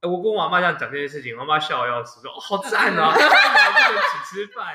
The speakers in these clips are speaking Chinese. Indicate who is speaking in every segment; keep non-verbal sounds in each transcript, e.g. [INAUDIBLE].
Speaker 1: 哎，我跟我妈妈这样讲这件事情，我妈笑得要死，说：“哦，好赞
Speaker 2: [LAUGHS]
Speaker 1: 啊，这个一起吃饭。”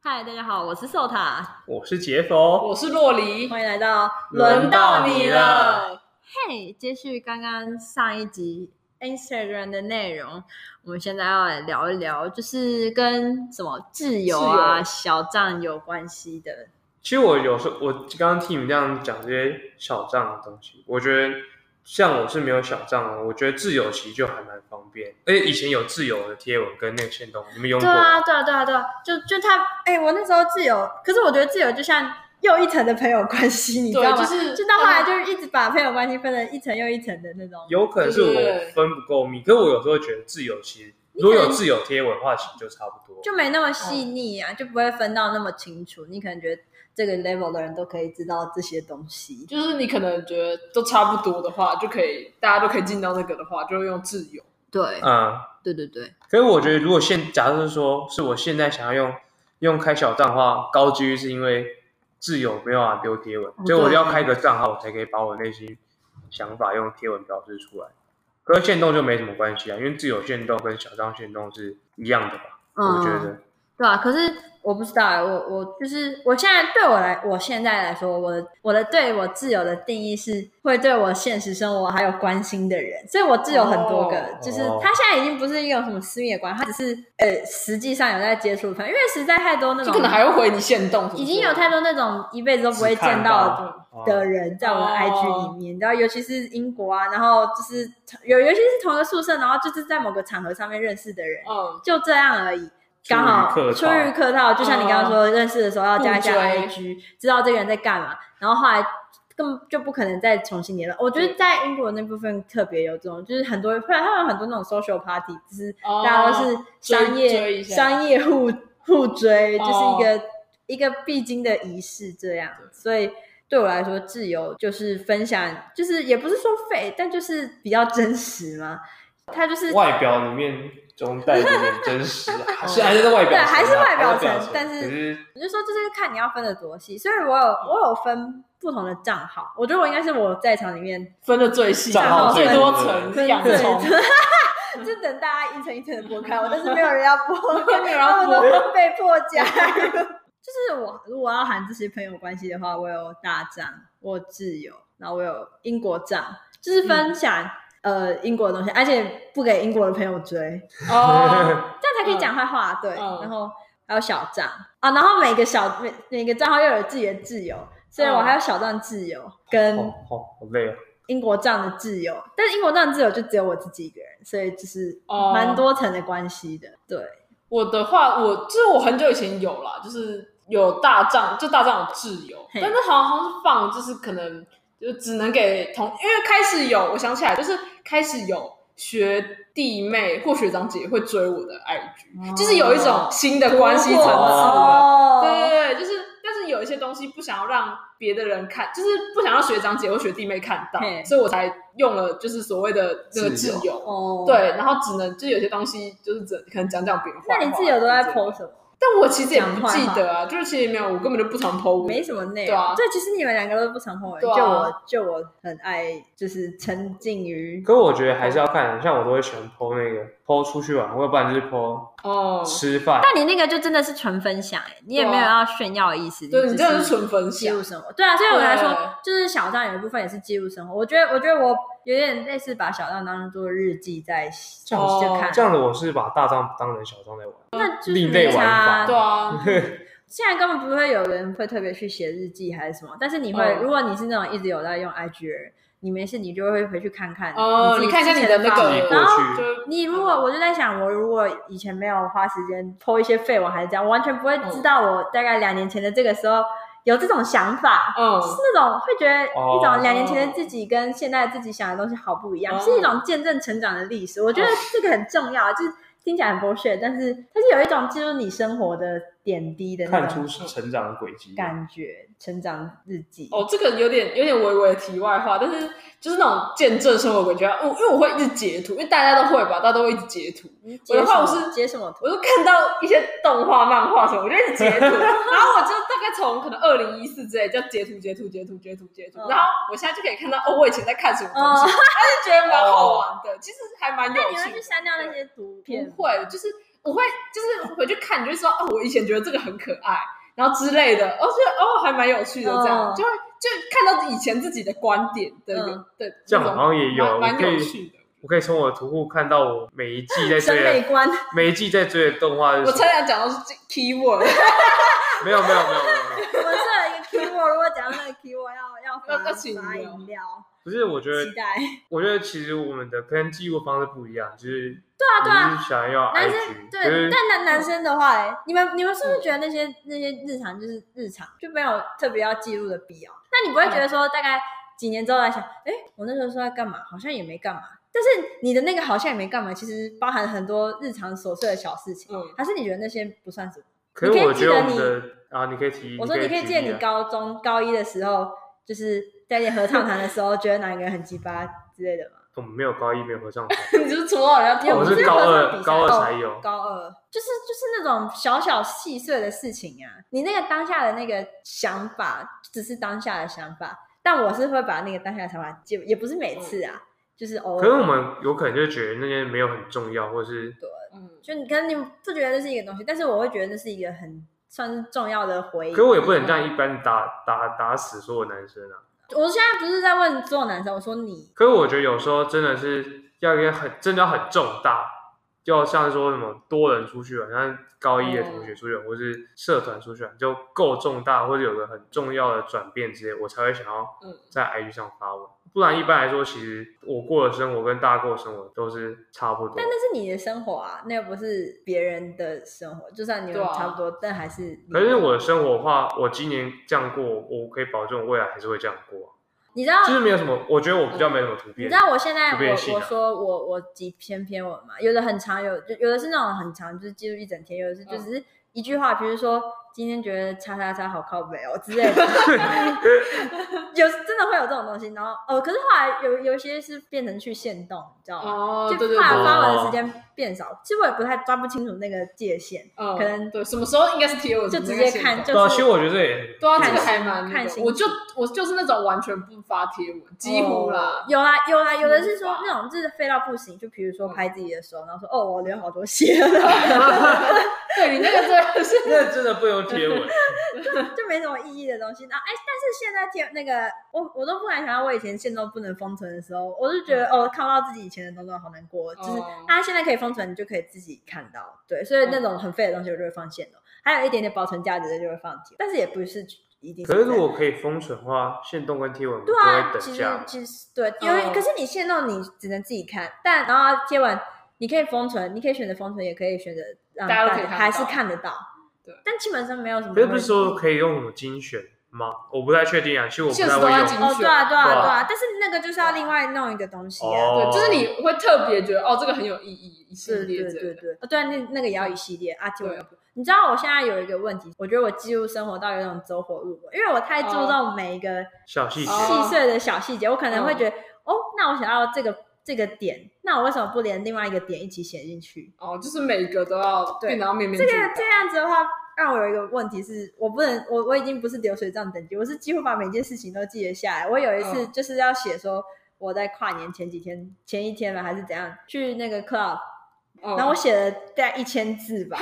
Speaker 2: 嗨，大家好，我是寿塔，
Speaker 1: 我是杰佛，哦
Speaker 3: 我是洛梨，
Speaker 2: 欢迎来到
Speaker 1: 轮到你了。
Speaker 2: 嘿，接续刚刚上一集 Instagram 的内容，我们现在要来聊一聊，就是跟什么自由啊、
Speaker 3: 自由
Speaker 2: 小账有关系的。
Speaker 1: 其实我有时候，我刚刚听你们这样讲这些小账的东西，我觉得像我是没有小账哦的，我觉得自由其实就还蛮方便，而且以前有自由的贴文跟那个线动，你们用
Speaker 2: 对
Speaker 1: 过？
Speaker 2: 啊，对啊，对啊，对啊，就就他，哎、我那时候自由，可是我觉得自由就像又一层的朋友关系，你知道
Speaker 3: 对，
Speaker 2: 吗？
Speaker 3: 就
Speaker 2: 就是嗯到后来就是一直把朋友关系分成一层又一层的那种。
Speaker 1: 有可能是
Speaker 3: 对
Speaker 1: 我
Speaker 3: 对对
Speaker 1: 分不够密，可是我有时候觉得自由其实如果有自由贴文的话，其实就差不多。
Speaker 2: 就没那么细腻啊，就不会分到那么清楚。你可能觉得这个 level 的人都可以知道这些东西，
Speaker 3: 就是你可能觉得都差不多的话，就可以大家都可以进到那个的话，就会用自由。
Speaker 2: 对，
Speaker 1: 嗯，
Speaker 2: 对对对，
Speaker 1: 可是我觉得如果现假设说是我现在想要用用开小账的话，高几率是因为自由没有办法丢贴文，所以我
Speaker 2: 对
Speaker 1: 要开个账号，我才可以把我内心想法用贴文表示出来。可是限动就没什么关系啊，因为自由限动跟小账限动是一样的吧？我觉得
Speaker 2: 嗯对啊。可是我不知道啊，我我就是我现在对我来，我现在来说，我的我的对我自由的定义是会对我现实生活还有关心的人，所以我自由很多个，
Speaker 3: 哦
Speaker 2: 就是
Speaker 1: 哦
Speaker 2: 他现在已经不是一种什么私密的关系，他只是呃实际上有在接触朋友，因为实在太多那
Speaker 3: 就
Speaker 2: 种
Speaker 3: 可能还会回你限动什么之类
Speaker 2: 嗯
Speaker 3: 的，
Speaker 2: 已经有太多那种一辈子都不会见到的
Speaker 1: 哦
Speaker 2: 的人在我的
Speaker 3: 哦
Speaker 2: IG 里面，然后尤其是英国啊，然后就是有尤其是同一个宿舍，然后就是在某个场合上面认识的人，
Speaker 3: 嗯，
Speaker 2: 就这样而已。刚好
Speaker 1: 客套
Speaker 2: 出于客套，就像你刚刚说，认识的时候要加一下
Speaker 3: 嗯互追
Speaker 2: IG，知道这个人在干嘛，然后后来根本就不可能再重新联络。我觉
Speaker 3: 嗯
Speaker 2: 得在英国那部分特别有这种，就是很多，不然他们有很多那种 social party，就是
Speaker 3: 哦
Speaker 2: 大家都是商
Speaker 3: 追追
Speaker 2: 业
Speaker 3: 一下
Speaker 2: 商业互互追，就是
Speaker 3: 哦
Speaker 2: 一个、一个必经的仪式这样。所以对我来说，自由就是分享，就是也不是说废，但就是比较真实嘛。他就是
Speaker 1: 外表里面中带着点真实啊，
Speaker 2: [LAUGHS]
Speaker 1: 还是还是在外表层啊，
Speaker 2: 对还是外表层
Speaker 1: 还在
Speaker 2: 但是
Speaker 1: 可是
Speaker 2: 我就说，就是看你要分的多细。所以我有我有分不同的账号，我觉得我应该是我在场里面，
Speaker 3: 分的最细，
Speaker 1: 账
Speaker 2: 号最
Speaker 3: 最
Speaker 1: 多
Speaker 3: 多
Speaker 1: 的
Speaker 3: 层，洋葱，
Speaker 2: [LAUGHS] 就等大家一层一层的剥开我，但是没有人要 [LAUGHS] 剥，
Speaker 3: 跟你
Speaker 2: 然后
Speaker 3: 然
Speaker 2: 我
Speaker 3: 后
Speaker 2: 都被迫加入。 [LAUGHS] 就是我如果要喊这些朋友关系的话，我有大账，我有自由，然后我有英国账，就是分享、呃英国的东西，而且不给英国的朋友追，
Speaker 1: [LAUGHS]
Speaker 2: 这样
Speaker 3: 哦，
Speaker 2: 才可以讲坏话。对，
Speaker 3: 嗯
Speaker 2: 然后还有小账啊，然后每个小每每个账号又有自己的自由，所以我还有小账自由
Speaker 1: 好
Speaker 2: 跟
Speaker 1: 好好累哦。
Speaker 2: 英国账的自由，但是英国账的自由就只有我自己一个人，所以就是
Speaker 3: 哦
Speaker 2: 蛮多层的关系的。对，
Speaker 3: 我的话，我就是我很久以前有啦，就是有大账，就大账有自由，
Speaker 2: 嘿
Speaker 3: 但是好像是放，就是可能就只能给同，因为开始有，我想起来，就是开始有学弟妹或学长姐会追我的 IG，、
Speaker 2: 哦
Speaker 3: 就是有一种新的关系层次了。
Speaker 2: 哦
Speaker 3: 对对对，就是，但是有一些东西不想要让别的人看，就是不想让学长姐或学弟妹看到
Speaker 2: 嘿，
Speaker 3: 所以我才用了就是所谓的那个
Speaker 1: 自
Speaker 3: 自
Speaker 1: 由
Speaker 3: 由。
Speaker 2: 哦，
Speaker 3: 对，然后只能就有些东西就是只可能讲讲别人坏话。
Speaker 2: 那你自由都在
Speaker 3: 这样
Speaker 2: PO 什么？
Speaker 3: 但我其实也
Speaker 2: 讲
Speaker 3: 不
Speaker 2: 坏
Speaker 3: 记
Speaker 2: 话
Speaker 3: 得啊，就是其实没有，我根本就不常 PO 文。
Speaker 2: 没什么内
Speaker 3: 对
Speaker 2: 容。
Speaker 3: 啊
Speaker 2: 对，其实你们两个都不常 PO 文，
Speaker 3: 对啊
Speaker 2: 就我就我很爱就是沉浸于
Speaker 3: 啊
Speaker 1: 可是我觉得还是要看，像我都会喜欢 PO 那个 PO 出去玩，或者不然就是 PO
Speaker 3: 哦，
Speaker 1: 吃饭。
Speaker 2: 但你那个就真的是纯分享、欸，你也没有要炫耀的意思，
Speaker 3: 对，你
Speaker 2: 只
Speaker 3: 这是纯分
Speaker 2: 记
Speaker 3: 享
Speaker 2: 录，生活。对啊，对我来说
Speaker 3: 对，
Speaker 2: 就是小账有一部分也是记录生活。我觉得，我觉得我有点类似把小账当做日记
Speaker 3: 哦
Speaker 2: 在
Speaker 1: 这
Speaker 3: 样
Speaker 2: 就看，
Speaker 1: 这样子我是把大账当成小账在玩。
Speaker 2: 那就是
Speaker 1: 另类
Speaker 2: 没
Speaker 1: 玩
Speaker 2: 差啊
Speaker 1: 法
Speaker 3: 对啊，
Speaker 2: 现在根本不会有人会特别去写日记还是什么，但是你会，
Speaker 3: 哦
Speaker 2: 如果你是那种一直有在用 IG 的人，你没事你就会回去看看。
Speaker 3: 哦，
Speaker 2: 自
Speaker 3: 你
Speaker 2: 己
Speaker 3: 看一下
Speaker 2: 之
Speaker 3: 你
Speaker 2: 前的
Speaker 3: 的那
Speaker 2: 发
Speaker 3: 个
Speaker 1: 自
Speaker 3: 嗯
Speaker 1: 己
Speaker 2: 文
Speaker 1: 过
Speaker 2: 然后
Speaker 1: 去
Speaker 3: 就
Speaker 2: 你如果我就在想，我如果以
Speaker 3: 嗯
Speaker 2: 前没有花时间剖一些废文还是这样，我完全不会知道我大概两年前的这个时候有这种想法，
Speaker 3: 嗯
Speaker 2: 是那种会觉得一
Speaker 1: 哦
Speaker 2: 种两年前的自己跟现在的自己想的东西好不一样，
Speaker 3: 哦
Speaker 2: 是一种见证成长的历史。我觉得这个很重要，就是听起来很 bullshit，但是它是有一种记录你生活的点滴的那
Speaker 1: [LAUGHS] 看出
Speaker 2: 种
Speaker 1: 是成长的轨迹。
Speaker 2: 感觉，成长日记。
Speaker 3: 哦，这个有点有点微微的题外话，但是就是那种见证生活轨迹啊，我因为我会一直截图，因为大家都会吧，大家都会一直截图。
Speaker 2: 你截
Speaker 3: 我的话我
Speaker 2: 什么
Speaker 3: 是
Speaker 2: 截什么图？
Speaker 3: 我就看到一些动画、漫画什么，我就一直截图，然后我就大概从可能二零一四之类，叫截图、截图、截图、截图、截图，
Speaker 2: 嗯
Speaker 3: 然后我现在就可以看到哦，我以前在看什么东西，
Speaker 2: 哦
Speaker 3: 他就觉得蛮好玩的，其实还蛮有
Speaker 2: 那你会去
Speaker 3: 趣
Speaker 2: 删掉那些图
Speaker 3: 的。
Speaker 2: 片？
Speaker 3: 不会，就是我会就是回去看，你就会说哦，我以前觉得这个很可爱，然后之类的，哦，觉得哦还蛮有趣的，这样、
Speaker 2: 嗯
Speaker 3: 就会就看到以前自己的观点的、
Speaker 2: 嗯
Speaker 3: 的
Speaker 1: 这
Speaker 3: 那
Speaker 1: 样
Speaker 3: 种，
Speaker 1: 好像也有，
Speaker 3: 蛮
Speaker 1: 我
Speaker 3: 蛮
Speaker 1: 可
Speaker 3: 有
Speaker 1: 以
Speaker 3: 趣的。
Speaker 1: 我可以从我的图库看到我每一季在
Speaker 2: 审
Speaker 1: 追
Speaker 2: 美
Speaker 1: 的，
Speaker 2: 观，
Speaker 1: 每一季在追的动画是
Speaker 3: 我
Speaker 1: 什
Speaker 3: 差
Speaker 1: 么？
Speaker 3: 点讲到是 keyword，
Speaker 1: 没有没有没有没有没有，
Speaker 2: 我设了一个 keyword，如果讲到那个 keyword 要要
Speaker 3: 要
Speaker 2: 发
Speaker 3: 要请哦
Speaker 2: 发
Speaker 3: 饮料
Speaker 2: 饮料，
Speaker 1: 不是我觉得
Speaker 2: 期，待。
Speaker 1: 我觉得其实我们的跟记录方式不一样，就是
Speaker 2: 对啊对啊
Speaker 1: 你是想要
Speaker 2: 男生
Speaker 1: IG，可
Speaker 2: 对，
Speaker 1: 是
Speaker 2: 但男男生的话、哎，你们你们是不是觉得那些、那些日常就是日常，就没有特别要记录的必要？那你不会觉得说大概几年之后来想，哎、我那时候说在干嘛，好像也没干嘛。但是你的那个好像也没干嘛，其实包含很多日常琐碎的小事情，
Speaker 3: 嗯，
Speaker 2: 还是你觉得那些不算什么？
Speaker 1: 可是
Speaker 2: 你可以
Speaker 1: 我觉得我们
Speaker 2: 记得
Speaker 1: 的啊，你可以提，
Speaker 2: 我说你可以
Speaker 1: 提
Speaker 2: 借
Speaker 1: 议
Speaker 2: 你
Speaker 1: 啊
Speaker 2: 高中高一的时候，就是在练合唱团的时候，觉得哪个人很鸡巴之类的吗？
Speaker 1: 我们没有高一，没有合唱团，
Speaker 3: 你就是戳到人家
Speaker 2: 因为
Speaker 1: 我们
Speaker 3: 痛
Speaker 2: 不
Speaker 1: 是
Speaker 2: 是
Speaker 1: 高
Speaker 2: 合
Speaker 1: 二
Speaker 2: 唱比赛
Speaker 1: 高二
Speaker 2: 哦
Speaker 1: 才有
Speaker 2: 高二就是就是那种小小细碎的事情啊，你那个当下的那个想法只是当下的想法，但我是会把那个当下的想法记，也不是每次啊，就是偶
Speaker 1: 可是我
Speaker 2: 尔。
Speaker 1: 们有可能就觉得那些没有很重要，或是
Speaker 3: 嗯，
Speaker 2: 就你可能你不觉得这是一个东西，但是我会觉得这是一个很算是重要的回忆
Speaker 1: 可。我也不能这样一般打打打死所有男生啊。
Speaker 2: 我现在不是在问所有男生，我说你
Speaker 1: 可是我觉得有时候真的是要一个很真的要很重大，要像说什么多人出去玩，像高一的同学出去玩，或是社团出去玩，就够重大，或者有个很重要的转变之类，我才会想要
Speaker 3: 嗯
Speaker 1: 在 IG 上发文。不然一般来说，其实我过的生活跟大家过的生活都是差不多。
Speaker 2: 但那是你的生活啊，那又不是别人的生活。就算你们
Speaker 3: 对啊
Speaker 2: 差不多，但还是你
Speaker 1: 可是我的生活的话，我今年这样过，我可以保证我未来还是会这样过啊、
Speaker 2: 你知道
Speaker 1: 就是没有什么，我觉得我比较没什么突
Speaker 2: 你
Speaker 1: 变
Speaker 2: 知。道我现在
Speaker 1: 普遍性
Speaker 2: 我
Speaker 1: 啊
Speaker 2: 我说我我几篇篇文嘛，有的很长，有就有的是那种很长，就是记录一整天；有的是就
Speaker 3: 嗯
Speaker 2: 只是一句话，比如说今天觉得叉叉叉好靠北哦之类
Speaker 3: [LAUGHS]
Speaker 2: 的， [LAUGHS] 有真的会有这种东西。然后哦，可是后来有有一些是变成去限动，你知道吗？
Speaker 3: 哦，
Speaker 2: 就
Speaker 3: 对对对，
Speaker 2: 发
Speaker 1: 对
Speaker 2: 发文的时间变少，其实我也不太抓不清楚那个界限，
Speaker 3: 嗯，
Speaker 2: 可能
Speaker 3: 对什么时候应该是贴我
Speaker 2: 就直接看就
Speaker 1: 对啊，
Speaker 2: 是
Speaker 1: 其实我觉得这
Speaker 2: [LAUGHS]
Speaker 1: 也
Speaker 3: 对啊，
Speaker 2: 看
Speaker 3: 这个
Speaker 2: 心
Speaker 3: 还蛮那
Speaker 2: 看
Speaker 3: 个
Speaker 2: 心
Speaker 3: 我就我就是那种完全不发贴文，几乎啦
Speaker 2: 哦。有啦有啦，有的是
Speaker 3: 嗯
Speaker 2: 说
Speaker 3: 吧
Speaker 2: 那种就是废到不行，就比如说
Speaker 3: 嗯
Speaker 2: 拍自己的手，然后说哦我流好多血
Speaker 3: [LAUGHS]
Speaker 2: 了。啊
Speaker 1: [LAUGHS]
Speaker 3: 对你那个真的是
Speaker 1: 那真的不用贴文。
Speaker 2: 就没什么意义的东西。然后哎，但是现在贴那个，我我都不敢想到我以前限动不能封存的时候，我就觉得、哦，看不到自己以前的东东好难过。就是
Speaker 3: 嗯哦嗯
Speaker 2: 大家现在可以封存，你就可以自己看到。对，所以那种很废的东西我就会放限动，还有一点点保存价值的就会放贴，但是也不是一定
Speaker 1: 可是
Speaker 2: 在
Speaker 1: 如果可以封存的话，线动跟贴文我们就
Speaker 2: 对啊，
Speaker 1: 会
Speaker 2: 其
Speaker 1: 等
Speaker 2: 实
Speaker 1: 价。
Speaker 2: 其实对，因为、
Speaker 3: 嗯
Speaker 2: 可是你限动你只能自己看，但然后贴完你可以封存，你可以选择封存，也可以选择让
Speaker 3: 大家都可以
Speaker 2: 家
Speaker 3: 看
Speaker 2: 还
Speaker 3: 到
Speaker 2: 是看得到。
Speaker 3: 对
Speaker 2: 但基本上没有什么
Speaker 1: 可
Speaker 2: 会。
Speaker 1: 是不是说可以用什么精选吗？我不太确定啊，其实我不
Speaker 3: 现实
Speaker 1: 太
Speaker 3: 都在
Speaker 1: 会
Speaker 3: 精
Speaker 1: 用。
Speaker 2: 哦，对啊，对啊，
Speaker 1: 对啊
Speaker 2: 对啊，但是那个就是要另外弄一个东西啊。
Speaker 1: 哦
Speaker 3: 对，就是你会特别觉得哦，这个很有意义，一系
Speaker 2: 对
Speaker 3: 列
Speaker 2: 对
Speaker 3: 这
Speaker 2: 对
Speaker 3: 个。
Speaker 2: 对，哦，对啊，那那个也要一系列啊，就
Speaker 3: 对
Speaker 2: 你知道我现在有一个问题，我觉得我记录生活到有种走火入魔，因为我太注重每一个
Speaker 1: 小细节，
Speaker 3: 哦
Speaker 2: 细碎的小细节，我可能会觉得，哦，那我想要这个这个点，那我为什么不连另外一个点一起写进去？
Speaker 3: 哦，就是每一个都要
Speaker 2: 对
Speaker 3: 变得要面面
Speaker 2: 这
Speaker 3: 俱
Speaker 2: 个
Speaker 3: 到
Speaker 2: 这。样子的话，让我有一个问题是，我不能，我我已经不是流水账等级，我是几乎把每件事情都记得下来。我有一次
Speaker 3: 嗯
Speaker 2: 就是要写说我在跨年前几天、前一天嘛，还是怎样去那个 club，
Speaker 3: 嗯
Speaker 2: 然后我写了大概一千字吧，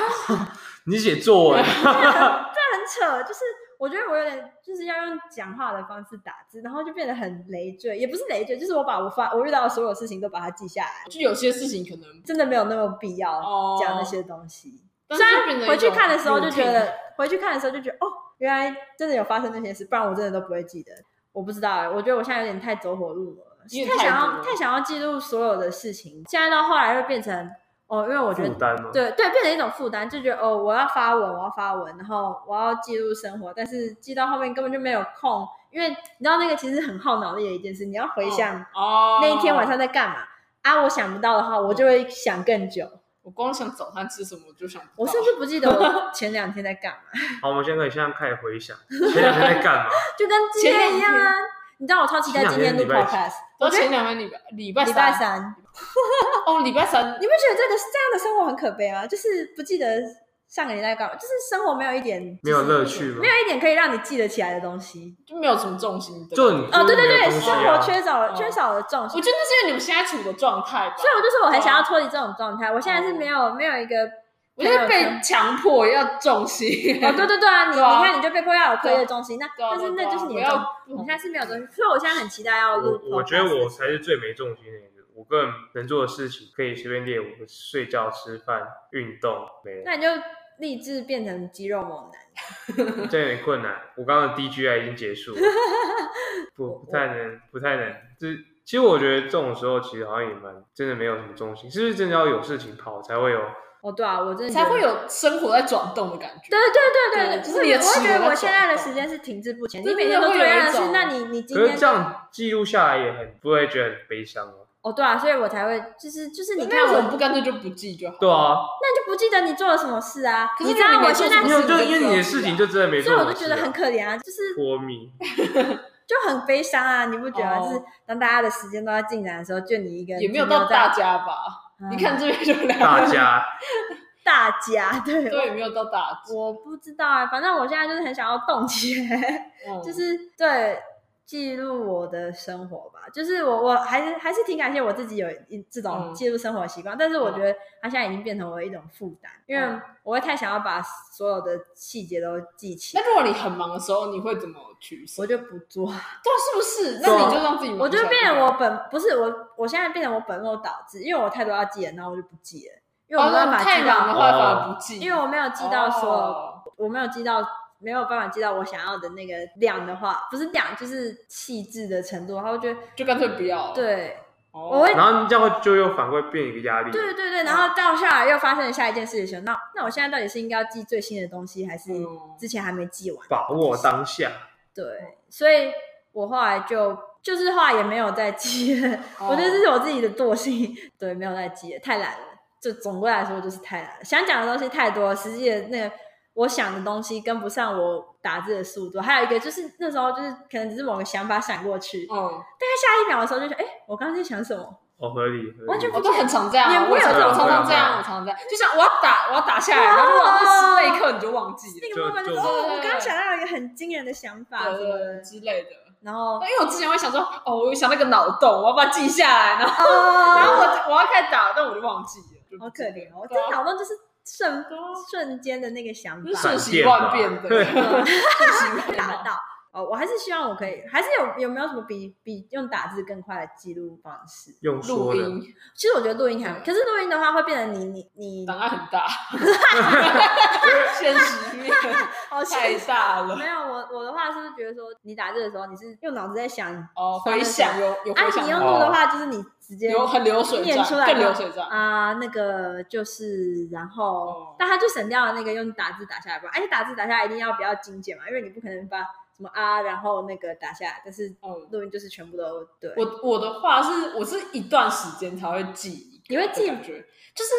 Speaker 1: 你写作文，
Speaker 2: 啊这 [LAUGHS] 很扯，就是。我觉得我有点就是要用讲话的方式打字，然后就变得很累赘，也不是累赘，就是我把我发我遇到的所有事情都把它记下来，
Speaker 3: 就有些事情可能
Speaker 2: 真的没有那么必要
Speaker 3: 哦
Speaker 2: 讲那些东西。
Speaker 3: 但
Speaker 2: 虽
Speaker 3: 是
Speaker 2: 然
Speaker 3: 就变成一
Speaker 2: 回去
Speaker 3: 种
Speaker 2: 看的时候就觉
Speaker 3: routine
Speaker 2: 得，回去看的时候就觉得，哦，原来真的有发生那些事，不然我真的都不会记得。我不知道哎、我觉得我现在有点太走火入魔了，
Speaker 3: 你也
Speaker 2: 太想
Speaker 3: 太
Speaker 2: 要
Speaker 3: 多了
Speaker 2: 太想要记录所有的事情，现在到后来又变成。哦，因为我觉
Speaker 1: 负
Speaker 2: 得。
Speaker 1: 担吗？，
Speaker 2: 对对，变成一种负担，就觉得哦，我要发文，我要发文，然后我要记录生活，但是记到后面根本就没有空，因为你知道那个其实很耗脑力的一件事，你要回想
Speaker 3: 哦，
Speaker 2: 那一天晚上在干嘛、啊，我想不到的话，我就会想更久，
Speaker 3: 我光想早餐吃什么我就想不到，
Speaker 2: 我甚至不记得我前两天在干嘛，
Speaker 1: 好，我们现在可以现在开始回想，前两天在干嘛？
Speaker 2: 就跟今天一样
Speaker 3: 前
Speaker 2: 啊。你知道我超期待今天录
Speaker 1: 前两天礼拜
Speaker 2: podcast，
Speaker 3: 到前两天礼拜礼拜
Speaker 2: 礼拜三，
Speaker 3: 哦，礼拜三
Speaker 2: 你不觉得这个这样的生活很可悲吗？就是不记得上个礼拜干嘛，就是生活没有一点
Speaker 1: 没有乐趣吗
Speaker 2: [LAUGHS] 没？有一点可以让你记得起来的东西。
Speaker 3: 就没有什么重心的。
Speaker 1: 就你
Speaker 2: 哦，对对对，
Speaker 1: 就是
Speaker 2: 生
Speaker 1: 没有
Speaker 2: 活
Speaker 1: 东西啊
Speaker 2: 缺少了
Speaker 3: 哦
Speaker 2: 缺少了重
Speaker 3: 我
Speaker 2: 心，
Speaker 3: 觉得那是因为你们现在处的状态吧
Speaker 2: 所，以我就说我很想要脱离这种状态。我现在是没
Speaker 1: 嗯
Speaker 2: 有没有一个，
Speaker 3: 我就是被强迫要重心。
Speaker 2: 哦，对对对
Speaker 1: [LAUGHS]
Speaker 2: 啊，你
Speaker 3: 啊 [LAUGHS] 对啊
Speaker 2: 你看你就被迫要有课业重心，那
Speaker 3: 对啊
Speaker 2: 但是
Speaker 3: 对啊
Speaker 2: 那就是你的
Speaker 3: 对啊
Speaker 2: 重
Speaker 3: 我要
Speaker 2: 你现在是没有东西，所以我现在很期待要录
Speaker 1: 我
Speaker 2: podcast。
Speaker 1: 我觉得我才是最没重心的一个。我个人能做的事情可以随便列五个：睡觉、吃饭、运动，没了，
Speaker 2: 那你就立志变成肌肉猛男。
Speaker 1: 这有点困难。我刚刚的 DGI 已经结
Speaker 2: [LAUGHS]
Speaker 1: 束了，不不太能，不太能。这其实我觉得这种时候其实好像也蛮真的没有什么重心，是不是真的要有事情跑才会有？
Speaker 2: 哦，对啊，我真的觉
Speaker 3: 才
Speaker 2: 得
Speaker 3: 会。有生活在转动的感觉。
Speaker 2: 对对对对
Speaker 3: 对
Speaker 2: 对，
Speaker 3: 就是你的
Speaker 2: 我会
Speaker 3: 齿
Speaker 2: 觉
Speaker 3: 轮
Speaker 2: 得我
Speaker 3: 在
Speaker 2: 现在的
Speaker 3: 转动
Speaker 2: 时间是停滞不前。
Speaker 3: 对
Speaker 2: 你
Speaker 3: 对
Speaker 2: 每天都
Speaker 3: 对
Speaker 2: 做
Speaker 3: 会
Speaker 2: 一
Speaker 3: 有一
Speaker 2: 样的事，
Speaker 3: 种
Speaker 2: 那你你今
Speaker 1: 可
Speaker 2: 天
Speaker 1: 是这样记录下来也很不会觉得很悲伤哦。
Speaker 2: 哦，对啊，所以我才会就是就是你
Speaker 3: 你
Speaker 2: 看
Speaker 3: 看，
Speaker 2: 我，
Speaker 3: 我不干脆就不记就好。
Speaker 1: 对啊，
Speaker 2: 那就不记得你做了什么事啊。
Speaker 3: 可是
Speaker 2: 你知道
Speaker 3: 你没
Speaker 2: 我
Speaker 3: 做
Speaker 2: 现
Speaker 3: 什
Speaker 2: 在
Speaker 3: 么
Speaker 1: 没
Speaker 3: 事
Speaker 1: 有，
Speaker 3: 情
Speaker 1: 就
Speaker 3: 就
Speaker 1: 因为你的事情就真的没
Speaker 2: 所
Speaker 1: 做
Speaker 2: 以
Speaker 1: 什
Speaker 2: 我
Speaker 1: 么
Speaker 2: 就
Speaker 1: 事啊，
Speaker 2: 觉得很可怜啊，就是
Speaker 1: 脱敏。
Speaker 2: 就很悲伤啊，你不觉得？
Speaker 3: 哦
Speaker 2: 就是当大家的时间都在进展的时候，就你一个人
Speaker 3: 也没有
Speaker 2: 停留
Speaker 3: 到
Speaker 2: 在
Speaker 3: 大，家吧？
Speaker 2: 嗯
Speaker 3: [LAUGHS] 你看这边就两
Speaker 1: 大
Speaker 3: 个人，
Speaker 2: [LAUGHS]
Speaker 1: 家
Speaker 2: 大家对
Speaker 3: 对，没有到大家，
Speaker 2: 我我不知道啊，反正我现在就是很想要动起来。
Speaker 3: 嗯
Speaker 2: 就是对记录我的生活吧，就是我我还是还是挺感谢我自己有一这
Speaker 3: 嗯
Speaker 2: 种记录生活的习惯，但是我觉得它现在已经变成我的一种负担，因为
Speaker 3: 嗯
Speaker 2: 我会太想要把所有的细节都记起，
Speaker 3: 那如果你很忙的时候，你会怎么取舍？
Speaker 2: 我就不做，
Speaker 3: 对啊，是不是？那
Speaker 1: 对啊
Speaker 3: 你就让自己忙
Speaker 2: 我就
Speaker 3: 起来
Speaker 2: 变成
Speaker 3: 好
Speaker 2: 我本不是我我现在变成我本末倒置，因为我太多要记了，然后我就不记了，因为我
Speaker 3: 哦，
Speaker 2: 没有
Speaker 3: 那
Speaker 2: 办
Speaker 3: 你
Speaker 2: 法
Speaker 3: 太
Speaker 2: 记
Speaker 3: 忙的
Speaker 2: 到，
Speaker 3: 话反而不记，
Speaker 2: 哦因为我没有记到所有，
Speaker 3: 哦
Speaker 2: 我没有记到。没有办法记到我想要的那个量的话，不是量就是细致的程度，然后就
Speaker 3: 就干脆不要。，
Speaker 2: 对我
Speaker 3: 哦
Speaker 2: 会，
Speaker 1: 然后这样会就又反过来变一个压力。
Speaker 3: 嗯
Speaker 2: 对对对，然后到下来又发生了下一件事情的时候，那那我现在到底是应该要记最新的东西，还是
Speaker 3: 嗯
Speaker 2: 之前还没记完？
Speaker 1: 把握当下，
Speaker 2: 对，所以我后来就就是后来也没有再记了，
Speaker 3: 哦
Speaker 2: 我觉得这是我自己的惰性，对，没有再记了，太懒了。就总归来说就是太懒了，想讲的东西太多了，实际的那个我想的东西跟不上我打字的速度，还有一个就是那时候就是可能只是某个想法闪过去，大
Speaker 3: 嗯，
Speaker 2: 概下一秒的时候就觉得，哎、我刚刚在想什么？
Speaker 1: 哦，合理，合理
Speaker 2: 完全不
Speaker 3: 我都很常这样
Speaker 2: 你也，不
Speaker 3: 我
Speaker 2: 会有
Speaker 3: 常
Speaker 2: 这种
Speaker 3: 我
Speaker 1: 情
Speaker 3: 常常
Speaker 1: 况
Speaker 3: 这样，我常常这样，就像我要打，我要打下来，然后就忘记那一刻你就忘记了，
Speaker 2: 那个 moment
Speaker 1: 就
Speaker 2: 就
Speaker 1: 就是
Speaker 2: 哦，我刚
Speaker 3: 对
Speaker 2: 刚想到一个很惊人的想法什么的
Speaker 3: 对，之类的。
Speaker 2: 然后
Speaker 3: 因为我之前会想说，哦，我想那个脑洞，我要把它记下来，然后然后我我要开始打，但我就忘记了，就不
Speaker 2: 啊好
Speaker 3: 记
Speaker 2: 可
Speaker 3: 得
Speaker 2: 怜哦，我这
Speaker 3: 对啊
Speaker 2: 脑洞就是瞬
Speaker 3: 对啊
Speaker 2: 瞬间的那个想
Speaker 3: 就是
Speaker 2: 法
Speaker 3: 瞬息万变的，
Speaker 1: 对
Speaker 3: 瞬息万
Speaker 2: 打
Speaker 3: 变。
Speaker 2: 到。哦，我还是希望我可以，还是有有没有什么比比用打字更快的记录方式？
Speaker 1: 用
Speaker 3: 录
Speaker 1: 说的，
Speaker 3: 音
Speaker 2: 其实我觉得录音
Speaker 3: 嗯
Speaker 2: 还，可是录音的话会变成你你你
Speaker 3: 档案很
Speaker 2: [LAUGHS]
Speaker 3: 大，现实面
Speaker 2: 哦
Speaker 3: 太
Speaker 2: 是
Speaker 3: 大了
Speaker 2: 没。有我我的话是觉得说你打字的时候你是用脑子在想，
Speaker 3: 哦，回想有有
Speaker 2: 啊
Speaker 3: 回想
Speaker 2: 你
Speaker 3: 吗
Speaker 2: 用录的话就是你直接
Speaker 3: 流很流水
Speaker 2: 念
Speaker 3: 账
Speaker 2: 出来，
Speaker 3: 更
Speaker 2: 的
Speaker 3: 流水账。
Speaker 2: 啊、那个就是，然后，
Speaker 3: 哦
Speaker 2: 但他就省掉了那个用打字打下来吧，而且打字打下来一定要比较精简嘛，因为你不可能把什么啊，然后那个打下来，但是
Speaker 3: 嗯，
Speaker 2: 录音就是全部都对，
Speaker 3: 我我的话是，我是一段时间才会记，
Speaker 2: 你会记
Speaker 3: 感觉就是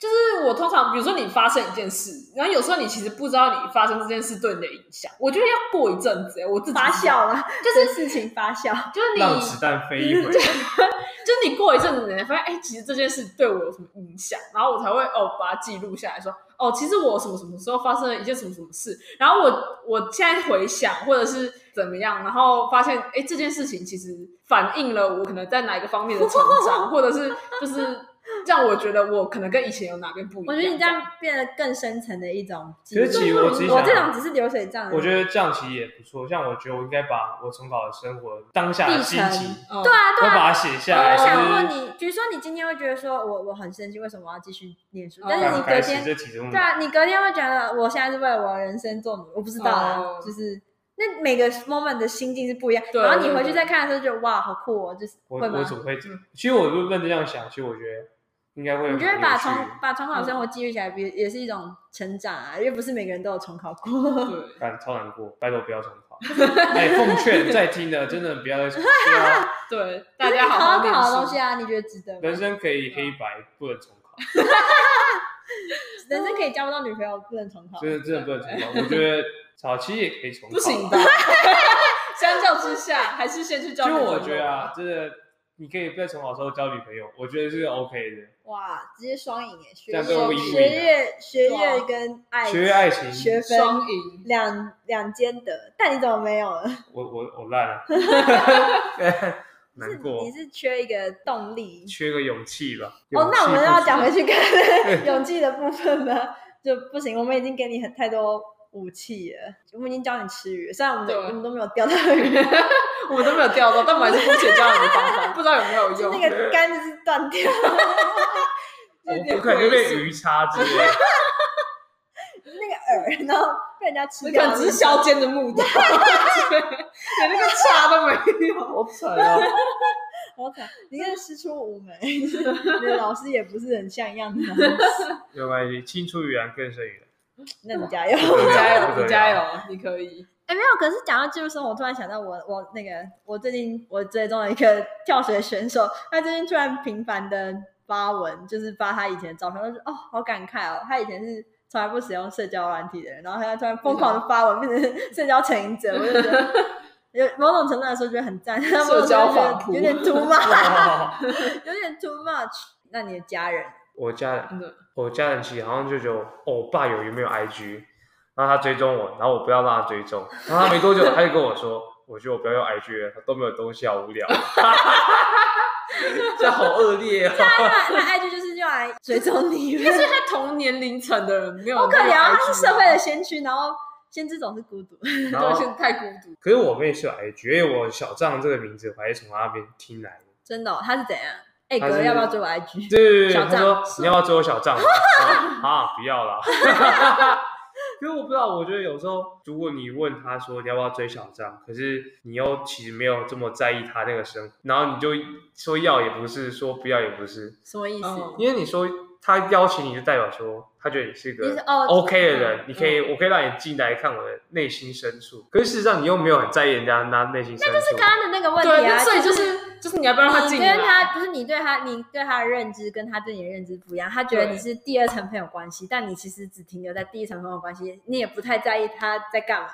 Speaker 3: 就是我通常，比如说你发生一件事，然后有时候你其实不知道你发生这件事对你的影响，我觉得要过一阵子，欸我自己
Speaker 2: 发酵 [LAUGHS] 了，
Speaker 3: 就是
Speaker 2: 事情发酵，
Speaker 3: 就是你
Speaker 1: 让子弹飞一回。
Speaker 3: 就是你过一阵子，你才发现，哎、其实这件事对我有什么影响，然后我才会哦把它记录下来说，哦，其实我什么什么时候发生了一件什么什么事，然后我我现在回想或者是怎么样，然后发现，哎、这件事情其实反映了我可能在哪一个方面的成长，或者是就是让我觉得我可能跟以前有哪边不一
Speaker 2: [LAUGHS]
Speaker 3: 样。
Speaker 2: 我觉得你这样变得更深层的一种记录，
Speaker 1: 可是其实我自己想
Speaker 2: 我这种只是流水账，
Speaker 1: 我觉得这样其实也不错，像我觉得我应该把我重考的生活当下的心
Speaker 2: 历
Speaker 1: 情，
Speaker 3: 嗯
Speaker 2: 对啊
Speaker 1: 我
Speaker 2: 对啊。
Speaker 1: 把它写下
Speaker 2: 我
Speaker 1: 来，
Speaker 2: 想问
Speaker 1: 甚至
Speaker 2: 你，比如说你今天会觉得说我我很生气，为什么我要继续念书？
Speaker 3: 哦
Speaker 2: 但是你
Speaker 1: 刚
Speaker 2: 隔
Speaker 1: 开始
Speaker 2: 天
Speaker 1: 这题目
Speaker 2: 对，啊，你隔天会觉得我现在是为了我的人生做努力，我不知道啊，
Speaker 3: 哦
Speaker 2: 就是那每个 moment 的心境是不一样。
Speaker 3: 对
Speaker 2: 然后你回去再看的时候，觉得哇，好酷哦，就是
Speaker 1: 我
Speaker 2: 会吗
Speaker 1: 我？怎么会？其实我如果认真这样想，其实我觉得应该会
Speaker 2: 我
Speaker 1: 很
Speaker 2: 觉得把重
Speaker 1: 有趣嗯
Speaker 2: 把重考生活记录起来，比也是一种成长啊，因为不是每个人都有重考过。
Speaker 3: 对，
Speaker 1: 但超难过，拜托不要重考。哎、奉
Speaker 2: [LAUGHS]
Speaker 1: 劝在听的，真的不要再重考。
Speaker 3: 对，
Speaker 2: 可
Speaker 3: 大
Speaker 2: 是你
Speaker 3: 家
Speaker 2: 考
Speaker 3: 好
Speaker 2: 到
Speaker 3: 好
Speaker 2: 更
Speaker 3: 念
Speaker 2: 好的东
Speaker 3: 书
Speaker 2: 西。啊，你觉得值得吗？
Speaker 1: 人生可以黑白，不能重考，
Speaker 2: 人生可以交不到女朋友，不能重考。
Speaker 1: 真的真的不能重考。我觉得早期也可以重考，
Speaker 3: 不行吧？相较之下，还是先去交。
Speaker 1: 就我觉得啊，，真的你可以在重考的时候交女朋友，我觉得是 OK 的。
Speaker 2: 哇，直接双赢耶！学
Speaker 1: 这
Speaker 2: 业、
Speaker 1: 样都 win-win 啊
Speaker 2: 学业、学
Speaker 3: 对
Speaker 2: 业
Speaker 3: 啊
Speaker 2: 跟爱
Speaker 1: 学业爱情，
Speaker 2: 学分
Speaker 3: 双赢。
Speaker 2: 两两兼得，但你怎么没有了？
Speaker 1: 我我我烂
Speaker 2: [LAUGHS]
Speaker 1: 了，
Speaker 2: 是
Speaker 1: 难过
Speaker 2: [LAUGHS] 你，是缺一个动力。
Speaker 1: 缺个勇气吧。
Speaker 2: 哦，那我们要讲回
Speaker 1: 去。
Speaker 2: 去
Speaker 3: [LAUGHS]
Speaker 2: 跟 [LAUGHS] 勇气的部分吧，就不行，我们已经给你很太多武器了，我们已经教你吃鱼，虽然我们
Speaker 3: 对
Speaker 2: 我们都没有钓到
Speaker 3: [LAUGHS]
Speaker 2: 鱼，
Speaker 3: 我们都没有
Speaker 2: [LAUGHS]
Speaker 3: 钓到，但我们还是姑且教你的方法，不知道有没有
Speaker 2: 就 [LAUGHS]
Speaker 3: 用。
Speaker 2: 那个竿子是断掉，
Speaker 1: 我
Speaker 3: 有点
Speaker 1: 我可能就
Speaker 3: 猥
Speaker 1: 被
Speaker 3: 琐
Speaker 1: 鱼叉之类
Speaker 2: [LAUGHS]
Speaker 1: 的，
Speaker 2: 那个饵， [LAUGHS] 然后被人家吃
Speaker 3: 你
Speaker 2: 掉
Speaker 3: 可
Speaker 2: 了，
Speaker 3: 能只是削尖的木头， [LAUGHS] 对连那个叉都没有。
Speaker 1: 好惨啊！
Speaker 2: 好惨，你看师出无门， [LAUGHS] 你的老师也不是很像样的老师，
Speaker 1: 没有关系，青出于蓝更胜于蓝。
Speaker 2: [LAUGHS] 那你加油。
Speaker 3: [LAUGHS] 你加
Speaker 1: 不得了
Speaker 3: 油，你加油，你可以。
Speaker 2: 哎，没有，可是讲到技术生活，我突然想到我我那个我最近我追踪了一个 [LAUGHS] 跳水选手，他最近突然频繁的发文，就是发他以前的照片，我就觉得哦好感慨哦，他以前是从来不使用社交软体的人，然后他突然疯狂的发文，变成社交成瘾者，我就觉得有某种程度来说觉得很赞，但某种程度来说觉得有点 too much，有点 too much。那你的家人
Speaker 1: 我家人，
Speaker 3: 真的，
Speaker 1: 我家人其实好像就觉得我，哦，我爸有有没有 IG，然后他追踪我，然后我不要让他追踪，然后他没多久他就跟我说，我觉得我不要用 IG 了，他都没有东西，好无聊， [LAUGHS] 这好恶劣
Speaker 3: [LAUGHS]
Speaker 1: 哦。
Speaker 2: 那那 IG 就是用来追踪你，
Speaker 3: 应该是他同年龄层的人没有。
Speaker 2: 好可怜啊，他是社会的，先驱，然后先知总是孤独。
Speaker 1: 然
Speaker 3: 对，现
Speaker 1: 后
Speaker 3: 在太孤独。
Speaker 1: 可是我妹是有 IG，因为我小账这个名字我还是从她那边听来的，
Speaker 2: 真的、哦，他是怎样？哎、
Speaker 1: 他
Speaker 2: 哥
Speaker 1: 是
Speaker 2: 要不要追我 IG？
Speaker 1: 对对对，
Speaker 2: 小
Speaker 1: 他
Speaker 2: 账
Speaker 1: 说你要不要追我小账？ [LAUGHS] 我说啊，不要啦。 [LAUGHS] 因为我不知道，我觉得有时候如果你问他说你要不要追小账，可是你又其实没有这么在意他那个生活，然后你就说要也不是，说不要也不是，
Speaker 2: [LAUGHS] 什么意思？
Speaker 3: 嗯
Speaker 1: 因为你说他邀请你，就代表说他觉得你是
Speaker 2: 你是
Speaker 1: 个
Speaker 2: 哦
Speaker 1: OK 的
Speaker 3: 嗯
Speaker 1: 人，你可以，我可以让你进来看我的内心深处。可是事实上你又没有很在意人家那内心深处，
Speaker 2: 刚刚的那个问
Speaker 3: 对，
Speaker 2: 题
Speaker 3: 那
Speaker 2: 啊，
Speaker 3: 所以就是就是你要不要让他
Speaker 2: 你
Speaker 3: 进
Speaker 2: 跟
Speaker 3: 来？
Speaker 2: 他不是你对他，你对他的认知跟他对你的认知不一样。他觉得你是第二层朋友关系，但你其实只停留在第一层朋友关系，你也不太在意他在干嘛。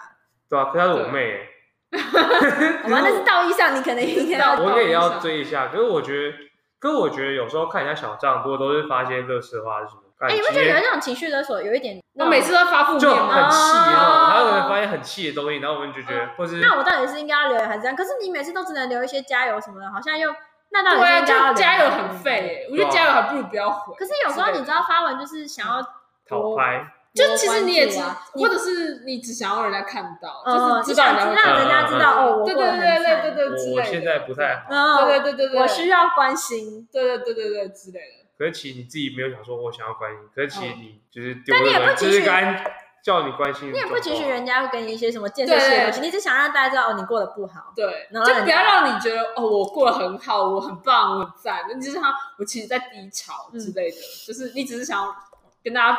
Speaker 1: 对啊，可是她是我妹耶、
Speaker 2: 好吧，那是道义上你可能应该要
Speaker 3: 道
Speaker 1: [LAUGHS] 我也要追一下，可是我觉得，可是我觉得有时候看人家小账，多都是发一些乐事话是什么，感觉
Speaker 2: 哎、你不觉得有一种情绪勒索，有一点？
Speaker 3: 那哦每次都发负
Speaker 1: 就
Speaker 3: 面
Speaker 1: 很
Speaker 3: 吗？
Speaker 1: 气
Speaker 2: 哦
Speaker 1: 哦，他有可能发现很气的东西，然后我们就觉得，或是
Speaker 2: 那我到底是应该要留言还是这样？可是你每次都只能留一些加油什么的，好像又那到底
Speaker 3: 对
Speaker 2: 是
Speaker 3: 啊，
Speaker 2: 应该要
Speaker 3: 就
Speaker 2: 留
Speaker 3: 加油
Speaker 2: 还是
Speaker 3: 很废耶、我
Speaker 1: 对啊
Speaker 3: 觉得加油还不如不要回。
Speaker 2: 可是有时候你知道发文就是想要
Speaker 1: 讨拍，
Speaker 3: 就其实你也知
Speaker 2: 多关注啊，你
Speaker 3: 或者是你只想要人家看到，
Speaker 2: 嗯，
Speaker 3: 就是
Speaker 2: 你
Speaker 3: 知道
Speaker 2: 想
Speaker 3: 人家
Speaker 2: 让
Speaker 3: 会
Speaker 1: 道
Speaker 2: 人
Speaker 3: 看到。嗯
Speaker 2: 家知道哦，我
Speaker 3: 对
Speaker 2: 过得
Speaker 3: 对
Speaker 2: 很
Speaker 3: 对
Speaker 2: 惨
Speaker 3: 对对对之
Speaker 1: 我我
Speaker 3: 类的。
Speaker 1: 现在不太好，
Speaker 2: 嗯，
Speaker 3: 对对对对对，
Speaker 2: 我需要关心，
Speaker 3: 对对对对对之类的。
Speaker 1: 可是其实你自己没有想说我想要关心，可是其实你就是丢
Speaker 2: 嗯但你也
Speaker 1: 了，
Speaker 2: 不
Speaker 1: 就
Speaker 2: 允许
Speaker 1: 是该叫你关心，
Speaker 2: 你也不允许人家给你一些什么建设
Speaker 3: 对
Speaker 2: 性的东西，你只想让大家知道哦，你过得不好。
Speaker 3: 对，
Speaker 2: 然后
Speaker 3: 就不要让你觉得哦，我过得很好，我很棒，我很赞。你只是他，我其实在低潮
Speaker 2: 嗯
Speaker 3: 之类的，就是你只是想要跟大家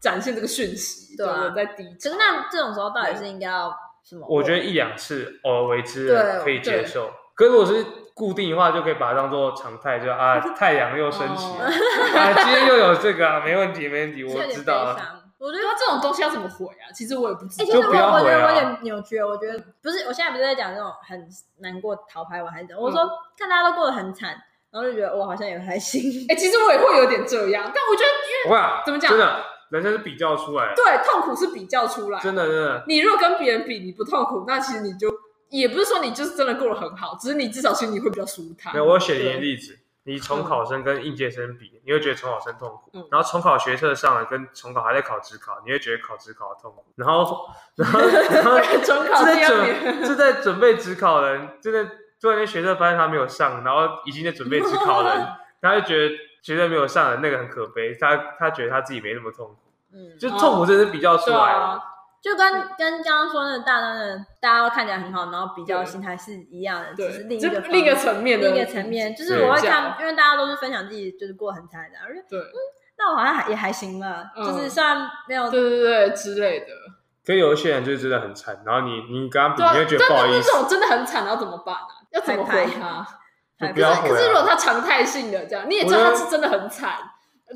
Speaker 3: 展现这个讯息，
Speaker 2: 对
Speaker 3: 对，
Speaker 2: 啊
Speaker 3: 我在低
Speaker 2: 可
Speaker 3: 潮
Speaker 2: 是。那这种时候到底是应该要什么？
Speaker 1: 我觉得一两次偶尔为之
Speaker 2: 对
Speaker 1: 可以
Speaker 3: 对
Speaker 1: 接受，可是如果是固定的话，就可以把它当做常态，就
Speaker 2: [LAUGHS]
Speaker 1: 啊太阳又升起了，啊今天又有这个啊，没问题没问
Speaker 2: [LAUGHS]
Speaker 1: 题，
Speaker 2: 是哦有
Speaker 1: 我
Speaker 2: 点
Speaker 1: 知
Speaker 2: 悲
Speaker 1: 道了。
Speaker 2: 伤。我觉
Speaker 3: 对
Speaker 2: 得
Speaker 3: 啊，这种东西要怎么回啊？其实我也不知
Speaker 2: 哎，
Speaker 3: 道。
Speaker 2: 其
Speaker 1: 就
Speaker 2: 实我
Speaker 1: 不要
Speaker 2: 我觉得
Speaker 1: 回啊
Speaker 2: 我有点扭曲，我觉得不是，我现在不是在讲那种很难过逃牌文还是怎么，我
Speaker 1: 嗯
Speaker 2: 说看大家都过得很惨，然后就觉得我好像也还行。
Speaker 3: 哎、其实我也会有点这样，但我觉
Speaker 1: [LAUGHS]
Speaker 3: 得
Speaker 1: 我讲
Speaker 3: 怎么讲
Speaker 1: 真的，人生是比较出来的，
Speaker 3: 对痛苦是比较出来的。
Speaker 1: 真的真的，
Speaker 3: 你如果跟别人比你不痛苦，那其实你就也不是说你就是真的过得很好，只是你至少心里会比较舒坦。
Speaker 1: 没有，我有写一个例
Speaker 3: 啊
Speaker 1: 子，你重考生跟应届生比，你会觉得重考生痛苦；
Speaker 3: 嗯
Speaker 1: 然后重考学测上了，跟重考还在考职考，你会觉得考职考痛苦。然
Speaker 3: [LAUGHS]
Speaker 1: 后，然后，然后
Speaker 3: 准考
Speaker 1: 正
Speaker 3: 第
Speaker 1: 在
Speaker 3: 二
Speaker 1: 准
Speaker 3: 年，
Speaker 1: 正在准备职考的人，正在突然间学测发现他没有上，然后已经在准备职考的人，
Speaker 3: [LAUGHS]
Speaker 1: 他就觉得学测没有上的那个很可悲，他他觉得他自己没那么痛苦，
Speaker 2: 嗯，
Speaker 1: 就痛苦真的是比较出
Speaker 3: 对
Speaker 1: 来的。
Speaker 3: 啊，
Speaker 2: 就跟跟刚刚说那个大单的，大家都看起来很好，然后比较心态是一样的，只
Speaker 3: 对
Speaker 2: 是，另一
Speaker 3: 这
Speaker 2: 个
Speaker 3: 另一个
Speaker 2: 方
Speaker 3: 层面的
Speaker 2: 另一个层面，就是
Speaker 1: 对
Speaker 2: 我会
Speaker 3: 这样
Speaker 2: 看，因为大家都是分享自己就是过得很惨的，而
Speaker 3: 对
Speaker 2: 那我好像还也还行吧，
Speaker 3: 嗯
Speaker 2: 就是虽然没有
Speaker 3: 对对对之类的。
Speaker 1: 可有一些人就是真的很惨，然后你你跟他比，
Speaker 3: 对啊，
Speaker 1: 你会觉得不好意
Speaker 3: 那那
Speaker 1: 思，
Speaker 3: 种真的很惨，要怎么办啊？要怎么
Speaker 2: 拍
Speaker 3: 回
Speaker 2: 拍
Speaker 3: 他？
Speaker 2: 还
Speaker 1: 就不要
Speaker 3: 可
Speaker 1: 回
Speaker 3: 是
Speaker 1: 啊
Speaker 3: 如果他常态性的这样，你也知道
Speaker 1: 我觉
Speaker 3: 他
Speaker 1: 得
Speaker 3: 是真的很惨，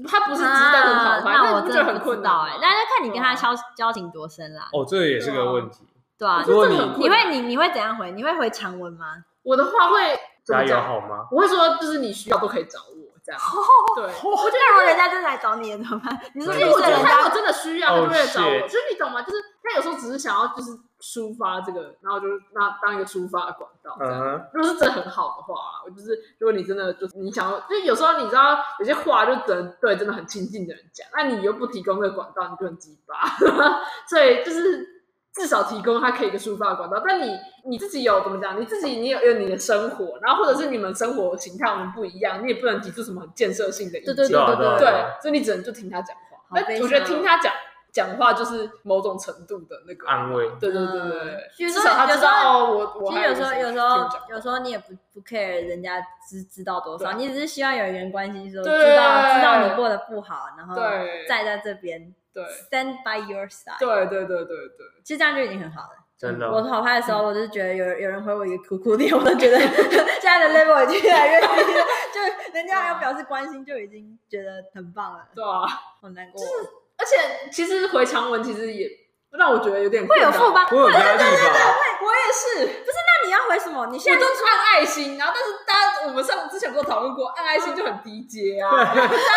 Speaker 3: 他不是只是单纯讨拍，
Speaker 2: 啊那
Speaker 3: 你
Speaker 2: 我
Speaker 3: 不
Speaker 2: 真
Speaker 3: 觉得
Speaker 2: 的
Speaker 3: 很
Speaker 2: 不知
Speaker 3: 困啊难
Speaker 2: 道
Speaker 3: 吗
Speaker 2: 哎，但是看你跟他交交情多深啦，
Speaker 1: 哦，这也是个问题。
Speaker 2: 对啊
Speaker 3: 我觉，
Speaker 1: 如果
Speaker 3: 得这
Speaker 1: 你
Speaker 3: 个很困
Speaker 2: 你
Speaker 3: 难
Speaker 2: 会你你会怎样回？你会回长文吗？
Speaker 3: 我的话会怎
Speaker 1: 加
Speaker 3: 么
Speaker 1: 油
Speaker 3: 讲？
Speaker 1: 好吗？
Speaker 3: 我会说，就是你需要都可以找我这样。
Speaker 2: [LAUGHS]
Speaker 3: 对，
Speaker 2: 我觉得如果人家真的来找你了怎么办？你说
Speaker 3: 就
Speaker 2: 你
Speaker 3: 是我觉
Speaker 2: 是
Speaker 3: 得
Speaker 2: 人
Speaker 3: 他如果
Speaker 2: 家
Speaker 3: 真的需要，他就会来找
Speaker 1: Oh,
Speaker 3: 我。
Speaker 1: shit
Speaker 3: 就是你懂吗？就是他有时候只是想要就是抒发这个，然后就是那当一个抒发的管道这
Speaker 1: 嗯
Speaker 3: 样。
Speaker 1: 哼，
Speaker 3: 如果是真的很好的话，我就是如果你真的就是你想要，就是有时候你知道有些话就只能对真的很亲近的人讲，那你又不提供这个管道，你就很鸡巴。 [LAUGHS] 所以就是至少提供他可以一个抒发的管道，但你你自己有怎么讲？你自己你有有你的生活，然后或者是你们生活形态我们不一样，你也不能提出什么很建设性的意见。
Speaker 2: 对
Speaker 1: 对啊
Speaker 2: 对
Speaker 1: 啊
Speaker 3: 对
Speaker 1: 啊，
Speaker 3: 所以你只能就听他讲话。
Speaker 2: 好
Speaker 3: 那
Speaker 2: 悲
Speaker 3: 我觉得
Speaker 2: 伤
Speaker 3: 听他讲讲话就是某种程度的那个
Speaker 1: 安慰
Speaker 3: 对对对对
Speaker 2: 嗯
Speaker 3: 对，
Speaker 2: 有时
Speaker 3: 至
Speaker 2: 候
Speaker 3: 少他
Speaker 2: 有
Speaker 3: 知
Speaker 2: 时候
Speaker 3: 道哦，我我
Speaker 2: 其实
Speaker 3: 还
Speaker 2: 有时候
Speaker 3: 什么
Speaker 2: 有时
Speaker 3: 听
Speaker 2: 候
Speaker 3: 我讲
Speaker 2: 有时候你也不不 care 人家知知道多少，
Speaker 3: 对
Speaker 2: 你只是希望有人关心说知
Speaker 3: 对
Speaker 2: 道知道你过得不好，然后
Speaker 3: 对
Speaker 2: 站在这边
Speaker 3: 对
Speaker 2: stand by your side，
Speaker 3: 对对对对对，
Speaker 2: 其实这样就已经很好了。
Speaker 1: 真的，哦嗯
Speaker 2: 我讨拍的时候，我就是觉得有有人回我一个苦苦脸，我都
Speaker 1: [LAUGHS]
Speaker 2: 觉得现在的 level 已经越来越低了，就人家要表示关心，就已经觉得很棒了，
Speaker 3: 对啊，
Speaker 2: 好难过。就是
Speaker 3: 而且其实回长文其实也让我觉得有点
Speaker 2: 会
Speaker 3: 困
Speaker 2: 有
Speaker 3: 扰
Speaker 2: 负吧？
Speaker 1: 我有压力吧？
Speaker 3: 我也是，
Speaker 2: 那你要回什么？你现
Speaker 3: 我
Speaker 2: 在
Speaker 3: 都按爱心，然后但是大家我们上之前不是有讨论过，按爱心就很低阶啊，大家就就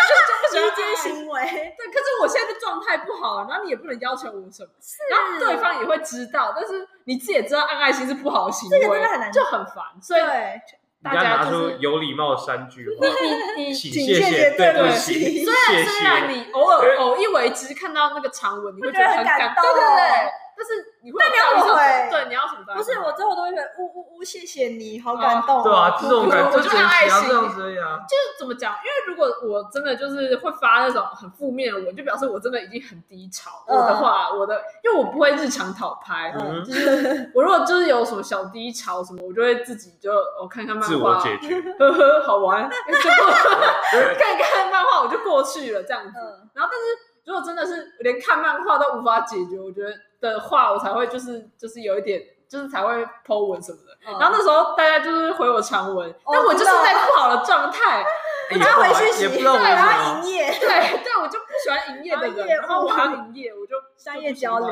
Speaker 2: [LAUGHS] 低阶
Speaker 3: 不喜欢按爱心。
Speaker 2: 行为，
Speaker 3: 对，可是我现在就状态不好，啊然后你也不能要求我什么，然后对方也会知道，但是你自己也知道按爱心是不好的行为，
Speaker 2: 这个真的很难
Speaker 3: 就很烦，所以
Speaker 2: 对，
Speaker 1: 你
Speaker 3: 大
Speaker 1: 要
Speaker 3: 家
Speaker 1: 拿
Speaker 3: 就
Speaker 1: 出
Speaker 3: 是。
Speaker 1: 有礼貌的三句话，
Speaker 2: 你
Speaker 1: 请
Speaker 2: 请
Speaker 1: [LAUGHS] 谢
Speaker 2: 谢
Speaker 1: 对
Speaker 2: 不
Speaker 1: 不
Speaker 2: 起
Speaker 1: 起，
Speaker 2: 虽
Speaker 1: 谢
Speaker 3: 虽然
Speaker 1: 谢。
Speaker 3: 你偶尔偶一为之，看到那个长文，你会觉
Speaker 2: 会
Speaker 3: 得
Speaker 2: 觉得很
Speaker 3: 感
Speaker 2: 感动
Speaker 3: 对对对。但是你会有
Speaker 2: 但你要
Speaker 3: 道理上
Speaker 2: 我回
Speaker 3: 对，你要什么道理？
Speaker 2: 不是我最后都会觉得呜呜呜，谢谢你，好感动哦。
Speaker 1: 啊对啊，这种感
Speaker 3: 我
Speaker 1: 觉
Speaker 3: 就
Speaker 1: 就
Speaker 3: 看爱
Speaker 1: 要
Speaker 3: 心
Speaker 1: 这样子而已啊。
Speaker 3: 就是怎么讲？因为如果我真的就是会发那种很负面的文，就表示我真的已经很低潮。
Speaker 2: 嗯
Speaker 3: 我的话，我的因为我不会日常讨拍，
Speaker 1: 嗯
Speaker 3: 就是我如果就是有什么小低潮什么，我就会自己就我看看漫画，
Speaker 1: 自我解决，
Speaker 3: 呵呵，好玩，就过 [LAUGHS] 看看漫画我就过去了这样子。
Speaker 2: 嗯
Speaker 3: 然后，但是如果真的是连看漫画都无法解决，我觉得的话，我才会就是就是有一点，就是才会 Po 文什么的。
Speaker 2: 嗯
Speaker 3: 然后那时候大家就是回我长文，
Speaker 2: 哦
Speaker 3: 但我就是
Speaker 2: 知道
Speaker 3: 在不好的状态，
Speaker 1: 哎也
Speaker 2: 他
Speaker 1: 不
Speaker 2: 回
Speaker 1: 好
Speaker 2: 去洗，
Speaker 1: 也不知道为
Speaker 2: 对，
Speaker 1: 什
Speaker 2: 然
Speaker 1: 么。
Speaker 2: 后营业
Speaker 3: 对对，我就不喜欢营业的
Speaker 2: 商
Speaker 3: 人，
Speaker 2: 业哦
Speaker 3: 然后我还要营业，我就
Speaker 2: [LAUGHS] 商业交流。。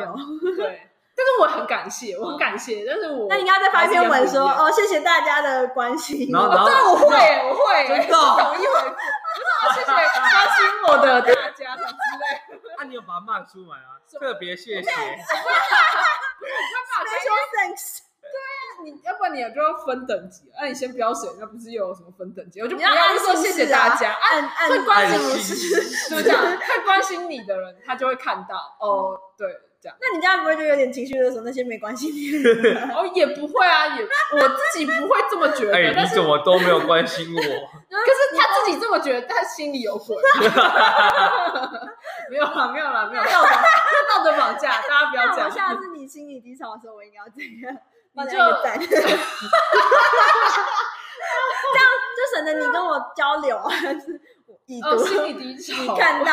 Speaker 3: 对，
Speaker 2: [LAUGHS]
Speaker 3: 但是我很感谢，我很感谢，但是我
Speaker 2: 那你刚刚再发一篇文说
Speaker 3: 还是要营业
Speaker 2: 哦，谢谢大家的关心。 [LAUGHS]
Speaker 1: 然后
Speaker 3: 哦，对，我会，我会，
Speaker 1: 真的
Speaker 3: 我
Speaker 2: 哦
Speaker 3: 统一回 [LAUGHS] 复，我说谢谢关心我的大家什么之类的，
Speaker 1: 那你有把它骂出来啊？特别谢谢，
Speaker 3: 没
Speaker 2: Special
Speaker 3: [LAUGHS]
Speaker 2: thanks。
Speaker 3: 你要不然你就要分等级，那你先不要写，那不是又有什么分等级？我就
Speaker 2: 你
Speaker 3: 不
Speaker 2: 要按
Speaker 3: 就说谢谢大家，啊，
Speaker 2: 按按
Speaker 3: 会关
Speaker 1: 爱
Speaker 3: 心你，
Speaker 1: 心。
Speaker 3: 就这样，会关心你的人，他就会看到哦，对，这样，
Speaker 2: 那你这样不会就有点情绪勒索？那些没关系你的
Speaker 3: [LAUGHS]
Speaker 2: 人啊，
Speaker 3: 然后也不会啊，也我自己不会这么觉
Speaker 1: 哎，
Speaker 3: 得，但
Speaker 1: 你
Speaker 3: 是
Speaker 1: 怎么都没有关心我？
Speaker 3: 可是他自己这么觉得，他心里有鬼。 [LAUGHS] 没有啦，没有啦，没有道德，道德绑架，大家不要
Speaker 2: 那我
Speaker 3: 讲。
Speaker 2: 下次你心理低潮的时候，我应该要怎样？帮你
Speaker 3: 就
Speaker 2: 按个
Speaker 3: [LAUGHS]
Speaker 2: 赞。这样就省得你跟我交流啊，就是我已读
Speaker 3: 哦，心理低潮。
Speaker 2: 你看到。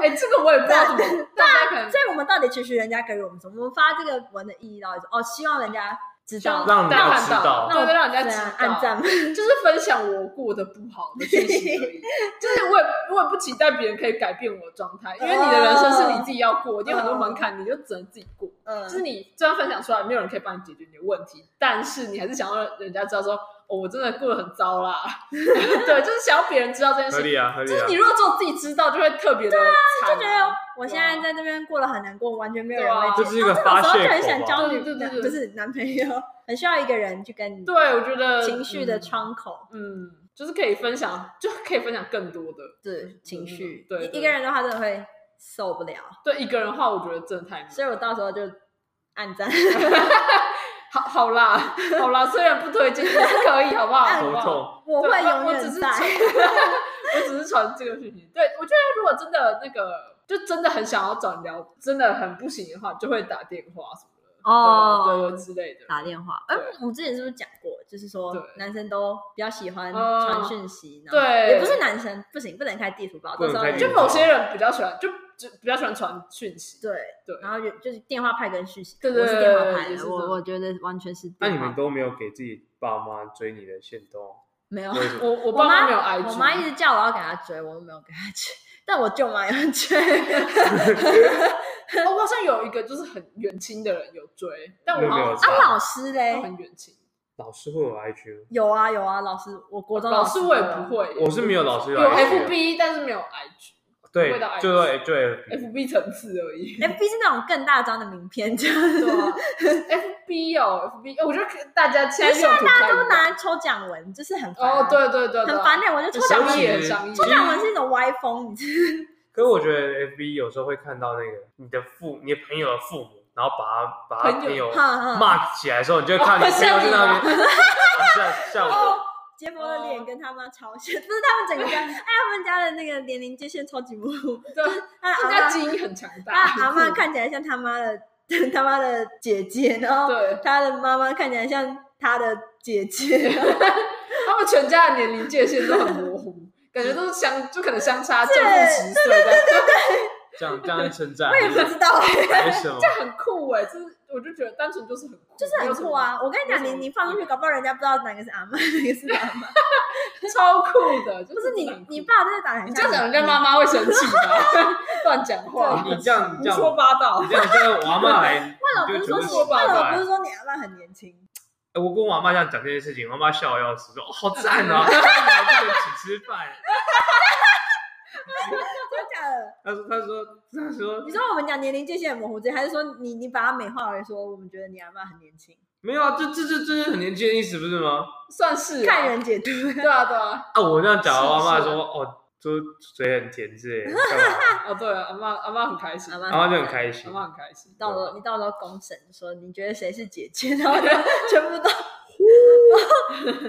Speaker 3: 哎、这个我也不知道
Speaker 2: [LAUGHS]
Speaker 3: 怎么，大家可能
Speaker 2: 所以我们到底其实人家给予我们什么？我们发这个文的意义到底是哦，希望人家知道，
Speaker 1: 让
Speaker 3: 大家
Speaker 1: 人家
Speaker 3: 看
Speaker 1: 知道
Speaker 3: 那我就让人家
Speaker 2: 对
Speaker 3: 知
Speaker 2: 啊
Speaker 3: 道，，
Speaker 2: 按赞，
Speaker 3: 就是分享我过得不好的事情
Speaker 2: [LAUGHS]
Speaker 3: 而已。就是我也我也不期待别人可以改变我的状态，因为你的人生是你自己要过，你有很多门槛，你就只能自己过。
Speaker 2: 嗯，
Speaker 3: 就是你虽然分享出来，没有人可以帮你解决你的问题，但是你还是想要让人家知道说，哦，我真的过得很糟
Speaker 2: [LAUGHS]
Speaker 3: 啦。对，就是想要别人知道这件
Speaker 1: 合
Speaker 3: 事情。
Speaker 1: 理啊，合
Speaker 3: 就
Speaker 1: 理
Speaker 3: 是
Speaker 1: 啊
Speaker 3: 你。如果只有自己知道，就会特别的惨、
Speaker 2: 啊
Speaker 3: 啊
Speaker 2: 觉得我现在在这边过得很难过，完全没有人会
Speaker 3: 对啊
Speaker 1: 这
Speaker 2: 接受。
Speaker 1: 是一个发
Speaker 2: 然后这种时候就很
Speaker 1: 泄
Speaker 2: 想
Speaker 1: 口吧。
Speaker 2: 交女，
Speaker 3: 对对对对
Speaker 2: 不是男朋友，很需要一个人去跟你
Speaker 3: 对，我觉得
Speaker 2: 情绪的
Speaker 3: 超，
Speaker 2: 窗口，
Speaker 3: 嗯，就是可以分享，就可以分享更多的。
Speaker 2: 对情绪，
Speaker 3: 嗯对对
Speaker 2: 一一个人的话真的会受不了，
Speaker 3: 对一个人的话，我觉得真的太难。
Speaker 2: 所以我到时候就暗赞，
Speaker 3: 啊好，好啦，好啦，虽然不推荐，但是可以，好
Speaker 1: [LAUGHS]
Speaker 3: 不好？好
Speaker 1: 头
Speaker 3: 不好？
Speaker 1: 痛，
Speaker 2: [LAUGHS] 我会
Speaker 3: 对
Speaker 2: 永
Speaker 3: 我只
Speaker 2: 远
Speaker 3: [LAUGHS]
Speaker 1: [LAUGHS]
Speaker 3: 是
Speaker 2: 在。
Speaker 3: 我只是传这个讯息。对，我觉得如果真的那个就真的很想要找你聊，真的很不行的话，你就会打电话什么的，
Speaker 1: 啊
Speaker 2: 哦
Speaker 3: 对对对之类的。
Speaker 2: 打电话。哎、
Speaker 3: 对
Speaker 2: 我们之前是不是讲过，就是说
Speaker 3: 对
Speaker 2: 男生都比较喜欢
Speaker 3: 嗯
Speaker 2: 传讯息，然后
Speaker 3: 对
Speaker 2: 也不是男生不行，不能开地图炮，
Speaker 1: 不能
Speaker 2: 到时候
Speaker 1: 开地
Speaker 3: 就
Speaker 1: 图炮
Speaker 3: 某些人比较喜欢，就就比较喜欢传讯息。
Speaker 2: 对
Speaker 3: 对
Speaker 2: 然后就就是电话派跟讯息，
Speaker 3: 对对
Speaker 2: 我是电
Speaker 3: 对
Speaker 2: 话
Speaker 3: 也
Speaker 2: 派
Speaker 3: 是
Speaker 2: 的，
Speaker 3: 这
Speaker 2: 我
Speaker 3: 种
Speaker 2: 我觉得完全是
Speaker 1: 那
Speaker 2: 电
Speaker 1: 你
Speaker 2: 话。
Speaker 1: 们都没有给自己爸妈追你的线动，
Speaker 2: 没有？
Speaker 1: 为什么？
Speaker 3: 我我
Speaker 2: 我
Speaker 3: 爸妈没有
Speaker 2: 我
Speaker 3: IG，
Speaker 2: 妈一直叫我要给她追，我都没有给她追，但我舅妈有追，啊
Speaker 3: 哦我好像有一个就是很远亲的人有追，但我
Speaker 1: 那没有
Speaker 3: 好
Speaker 1: 差
Speaker 3: 像
Speaker 2: 啊老师
Speaker 3: 都
Speaker 2: 嘞
Speaker 3: 很远亲，
Speaker 1: 老师会有 IG 吗？
Speaker 2: 有啊有啊，老师我国中
Speaker 3: 老师我也
Speaker 2: 都有
Speaker 3: 不会，
Speaker 1: 我是没有老师
Speaker 3: 有
Speaker 1: 有 IG 的
Speaker 3: FB，但是没有 IG，FB
Speaker 1: 对
Speaker 3: 会到，IG
Speaker 1: 就对对，
Speaker 3: 层次而已。
Speaker 2: 哎，毕竟那种更大张的名片，就是
Speaker 3: 对啊 FB 哦，FB，哦我觉得大家现在
Speaker 2: 现
Speaker 3: 用
Speaker 2: 在
Speaker 3: 途
Speaker 2: 大
Speaker 3: 太
Speaker 2: 家都
Speaker 3: 多
Speaker 2: 拿来抽奖文，就是很烦啊
Speaker 3: 哦，，对对对，对
Speaker 2: 很烦的。欸我觉得抽奖
Speaker 3: 很
Speaker 2: 文
Speaker 3: 商，业
Speaker 1: 其实
Speaker 3: 商业
Speaker 2: 抽奖文是一种歪风，你知
Speaker 1: 可是我觉得 FB 有时候会看到那个你的父、你的朋友的父母，然后把他把他
Speaker 3: 朋
Speaker 1: 朋
Speaker 3: 友
Speaker 1: 友
Speaker 2: 道吗？哈哈，
Speaker 1: 骂起来的时候，你就会看你朋友在那边，啊像像我，
Speaker 2: 杰博的脸跟他妈超像，不是他们整个家，哎，他们家的那个年龄界限超级模糊，
Speaker 3: 对，
Speaker 2: 他
Speaker 3: 大
Speaker 2: 的
Speaker 3: 家
Speaker 2: 阿
Speaker 3: 基
Speaker 2: 嬷，
Speaker 3: 因很强大。
Speaker 2: 他的阿嬷看起来像他妈的 [LAUGHS] 他妈的姐姐，然后
Speaker 3: 对，
Speaker 2: 他的妈妈看起来像他的姐姐， [LAUGHS]
Speaker 3: 他们全家的年龄界限都很模糊，感觉都是相，就可能相差正
Speaker 2: 对
Speaker 3: 负十岁的，
Speaker 1: 这样这样在称赞
Speaker 2: 我，也不知道。
Speaker 1: 没什么。
Speaker 3: 很酷哎、就是我就觉得单纯就是很酷，
Speaker 2: 就是很酷啊！我跟你讲，
Speaker 3: 没有什
Speaker 2: 你
Speaker 3: 么
Speaker 2: 你放出去，搞不好人家不知道哪个是阿嬷，哪个是妈妈。
Speaker 3: 没有什么，超酷
Speaker 2: [LAUGHS]
Speaker 3: 的。就
Speaker 2: 不
Speaker 3: 是
Speaker 2: 是你
Speaker 3: 很酷
Speaker 2: 你爸真的打得很
Speaker 3: 你
Speaker 2: 像
Speaker 3: 这样讲，人家妈妈会生气吧？ [LAUGHS] 乱讲话，
Speaker 1: 你这样
Speaker 3: 胡
Speaker 1: 你这样
Speaker 3: 说八道
Speaker 1: 你。这样叫我阿妈来，
Speaker 2: 为
Speaker 1: 你
Speaker 2: 什么
Speaker 1: 就
Speaker 2: 不
Speaker 1: 是觉得
Speaker 2: 说你
Speaker 1: 奇
Speaker 2: 为
Speaker 1: 怪
Speaker 2: 什么
Speaker 1: 吧
Speaker 2: 不是？说你阿嬷很年轻？
Speaker 1: 哎我跟我阿妈这样讲这件事情，我阿妈笑得要死，说哦好赞啊，这个请吃饭。
Speaker 2: [LAUGHS] 真的假的？
Speaker 1: 她说她说她说
Speaker 2: 你说我们讲年龄界限很模糊这，还是说你你把它美化为说我们觉得你阿嬷很年轻？
Speaker 1: 没有啊，这这这这是很年轻的意思不是吗？
Speaker 3: 算是啊
Speaker 2: 看人解读。 [LAUGHS]
Speaker 3: 对啊对啊，
Speaker 1: 啊，我这样讲，
Speaker 3: 是
Speaker 1: 我阿妈
Speaker 3: 是
Speaker 1: 说哦，就嘴很甜之类的，干嘛
Speaker 3: 哦对啊，阿妈阿妈很开心，
Speaker 2: 阿
Speaker 3: 阿
Speaker 2: 嬷
Speaker 3: 妈
Speaker 1: 阿妈就很开心。
Speaker 3: 很开心。
Speaker 2: 到了你到了公审说你觉得谁是姐姐，然
Speaker 3: [LAUGHS]
Speaker 2: 后就全部都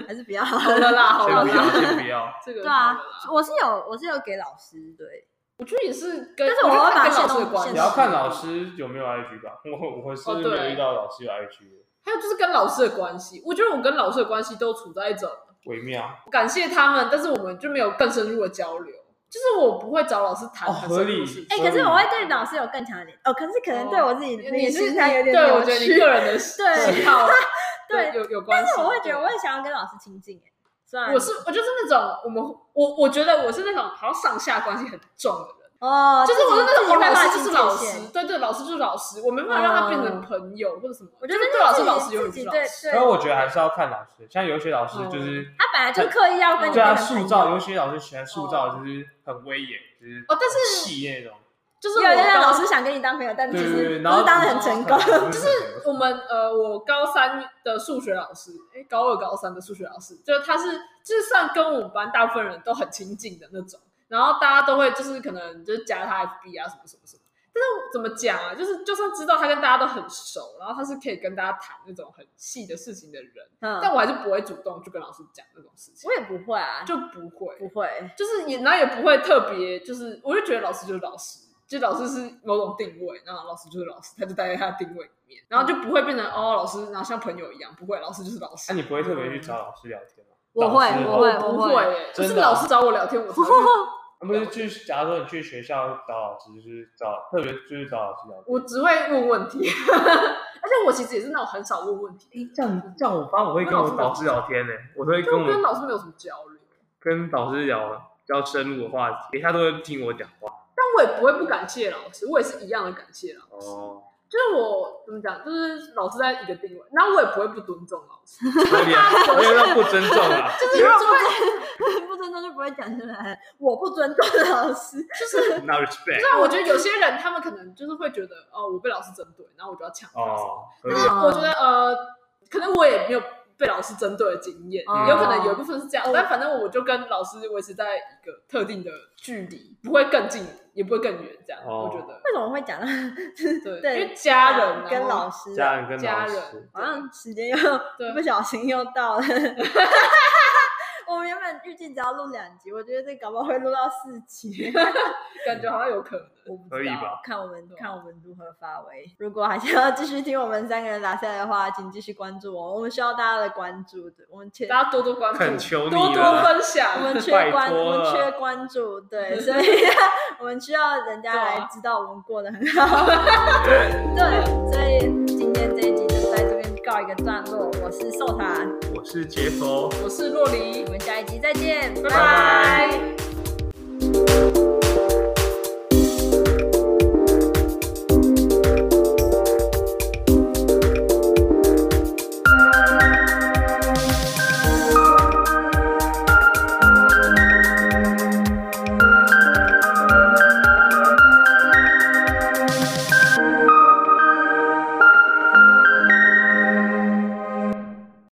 Speaker 2: 还是比较 [LAUGHS] 好
Speaker 3: 好了啦，好
Speaker 1: 先
Speaker 3: 了
Speaker 1: 不要，
Speaker 2: [LAUGHS]
Speaker 3: 啦，
Speaker 1: 先不要。
Speaker 3: 这个
Speaker 2: 对啊
Speaker 3: 好了啦，
Speaker 2: 我是有我是有给老师对，
Speaker 3: 我觉得也是跟，
Speaker 2: 但是我会
Speaker 3: 觉得
Speaker 2: 把
Speaker 3: 跟老
Speaker 2: 线
Speaker 3: 师
Speaker 2: 动
Speaker 3: 的关系，
Speaker 2: 线
Speaker 1: 你要看老师有没有 IG 吧，我我是
Speaker 3: 哦
Speaker 1: 没
Speaker 3: 对
Speaker 1: 有遇到老师有 IG 的，
Speaker 3: 还有就是跟老师的关系，我觉得我跟老师的关系都处在一种
Speaker 1: 微妙
Speaker 3: 感谢他们，但是我们就没有更深入的交流。就是我不会找老师谈
Speaker 1: 哦
Speaker 3: 很深入的
Speaker 1: 合理
Speaker 3: 事情
Speaker 2: 哎、
Speaker 1: 所以
Speaker 2: 可是我会对老师有更强的连哦，可是可能对我自己的内
Speaker 3: 你是
Speaker 2: 心态有点
Speaker 3: 对，我
Speaker 2: 扭
Speaker 3: 觉得你
Speaker 2: 曲，
Speaker 3: 个人的喜
Speaker 2: 对
Speaker 3: 喜好
Speaker 2: [LAUGHS] 对
Speaker 3: 有有
Speaker 2: [LAUGHS]
Speaker 3: 关
Speaker 2: 但
Speaker 3: 系。
Speaker 2: 是我会觉得
Speaker 3: 对
Speaker 2: 我也想要跟老师亲近哎，虽然
Speaker 3: 我是我就是那种我们我我觉得我是那种好像上下关系很重的人，
Speaker 2: 哦，
Speaker 3: 就是我是那
Speaker 2: 自己
Speaker 3: 种哦
Speaker 2: 会
Speaker 3: 老
Speaker 2: 拉
Speaker 3: 师
Speaker 2: 近
Speaker 3: 就是
Speaker 2: 界
Speaker 3: 老
Speaker 2: 限
Speaker 3: 师，对对，老师就是老师，我没办法让他变成朋友或者什么。
Speaker 2: 我
Speaker 3: 就
Speaker 2: 觉
Speaker 3: 是
Speaker 2: 得
Speaker 3: 对
Speaker 2: 那
Speaker 3: 老
Speaker 2: 是自
Speaker 3: 师，
Speaker 2: 己
Speaker 3: 老师永
Speaker 2: 自己
Speaker 3: 远是老
Speaker 2: 对
Speaker 3: 师。
Speaker 1: 所以我觉得还是要看老师，像有些老师就是
Speaker 2: 他本来就刻意要跟你
Speaker 1: 对
Speaker 2: 变
Speaker 3: 啊
Speaker 1: 他
Speaker 2: 成
Speaker 1: 塑
Speaker 2: 朋
Speaker 1: 造，
Speaker 2: 友
Speaker 1: 有些老师喜欢塑造就是很威严，就是
Speaker 3: 哦但是
Speaker 1: 很气那种，
Speaker 3: 就是
Speaker 2: 有
Speaker 3: 我
Speaker 2: 有有
Speaker 3: 高
Speaker 2: 老师想跟你当朋友，但
Speaker 1: 对
Speaker 2: 其
Speaker 1: 对对，
Speaker 2: 实
Speaker 1: 然后
Speaker 2: 不是当的很
Speaker 3: [LAUGHS]
Speaker 2: 成功。
Speaker 1: 就是
Speaker 3: 我们呃，我高三的数学老师，哎，高二、高三的数学老师，就是他是就是算跟我们班大部分人都很亲近的那种，然后大家都会就是可能就是加他 FB 啊什么什么什么，但是怎么讲啊，就是就算知道他跟大家都很熟，然后他是可以跟大家谈那种很细的事情的人，但
Speaker 2: 嗯，
Speaker 3: 我还是不会主动去跟老师讲那种事情
Speaker 2: 我，也不会啊，
Speaker 3: 就不会，
Speaker 2: 不会。
Speaker 3: 就是也然后也不会特别，就是我就觉得老师就是老师，就老师是某种定位，然后老师就是老师，他就待在他的定位里面，然后就不会变成哦老师，然后像朋友一样，不会，老师就是老师。
Speaker 1: 那啊你不会特别去找老师聊天吗？
Speaker 2: 我会
Speaker 1: 老师
Speaker 2: 我
Speaker 3: 我
Speaker 2: 会
Speaker 3: 不
Speaker 2: 我
Speaker 3: 会
Speaker 2: 会
Speaker 3: 耶，就
Speaker 1: 真的啊
Speaker 3: 是老师找我聊天，我才会
Speaker 1: 不是去，假如说你去学校找老师，就是找特别就是找老师聊天。
Speaker 3: 我只会问问题， [LAUGHS] 而且我其实也是那种很少问问题，
Speaker 1: 这
Speaker 3: [LAUGHS]
Speaker 1: 样这样，我发我会跟我导师聊天呢、我都会跟
Speaker 3: 就
Speaker 1: 我
Speaker 3: 跟老师没有什么交流，
Speaker 1: 跟导师聊比较深入的话题，他都会听我讲话。
Speaker 3: 但我也不会不感谢老师，我也是一样的感谢老师。
Speaker 1: 哦，
Speaker 3: 就是我怎么讲，就是老师在一个定位，然后我也不会不尊重老
Speaker 1: [LAUGHS]
Speaker 3: 师，
Speaker 1: 有点有点让不尊重 [LAUGHS] 啊。
Speaker 3: 就是如果
Speaker 2: 不尊重就不会讲出来。我不尊重老师，
Speaker 1: Not respect
Speaker 3: 但我觉得有些人他们可能就是会觉得，哦，我被老师针对，然后我就要抢。
Speaker 1: 哦，
Speaker 3: 但
Speaker 1: 对
Speaker 3: 是我觉得，呃，可能我也没有被老师针对的经验，
Speaker 2: 哦
Speaker 3: 有可能有一部分是这样
Speaker 2: 哦，
Speaker 3: 但反正我就跟老师维持在一个特定的距离，不会更近，也不会更远，这样
Speaker 1: 哦
Speaker 3: 我觉
Speaker 2: [LAUGHS]
Speaker 3: 得。
Speaker 2: 为什么会讲到
Speaker 3: 对，
Speaker 2: 对
Speaker 3: 因为家人
Speaker 2: 跟老
Speaker 3: 师，
Speaker 2: 师啊
Speaker 1: 家人跟
Speaker 3: 家
Speaker 1: 老
Speaker 3: 人
Speaker 1: 师，
Speaker 2: 好像时间又 [LAUGHS]
Speaker 3: 对
Speaker 2: 不小心又到了。我们原本本预计只要录两集，我觉得这搞不好会录到四集，
Speaker 3: 感觉好像有可能。
Speaker 2: 我不知道
Speaker 1: 可以吧？
Speaker 2: 看我们
Speaker 3: 啊
Speaker 2: 看我们如何发挥。如果还想要继续听我们三个人打赛的话，请继续关注我，我们需要大家的关注的。我们缺
Speaker 3: 大家多多关注，
Speaker 1: 恳求你啊
Speaker 3: 多多
Speaker 1: 了
Speaker 3: 分
Speaker 2: 我
Speaker 3: 享。
Speaker 2: 们缺
Speaker 1: [LAUGHS] 拜
Speaker 2: 关，
Speaker 1: 托
Speaker 2: 我们
Speaker 1: 了
Speaker 2: 缺关注，对，
Speaker 1: [LAUGHS]
Speaker 2: 所以我们需要人家
Speaker 3: 对
Speaker 2: 来
Speaker 3: 啊
Speaker 2: 知道我们过得很好。对，所以今天这一集就在这边告一个段落。我是寿塔，
Speaker 1: 我是杰佛。
Speaker 3: 我是洛黎
Speaker 2: 我，们下一集再见，拜
Speaker 3: 拜
Speaker 2: 拜
Speaker 3: 拜。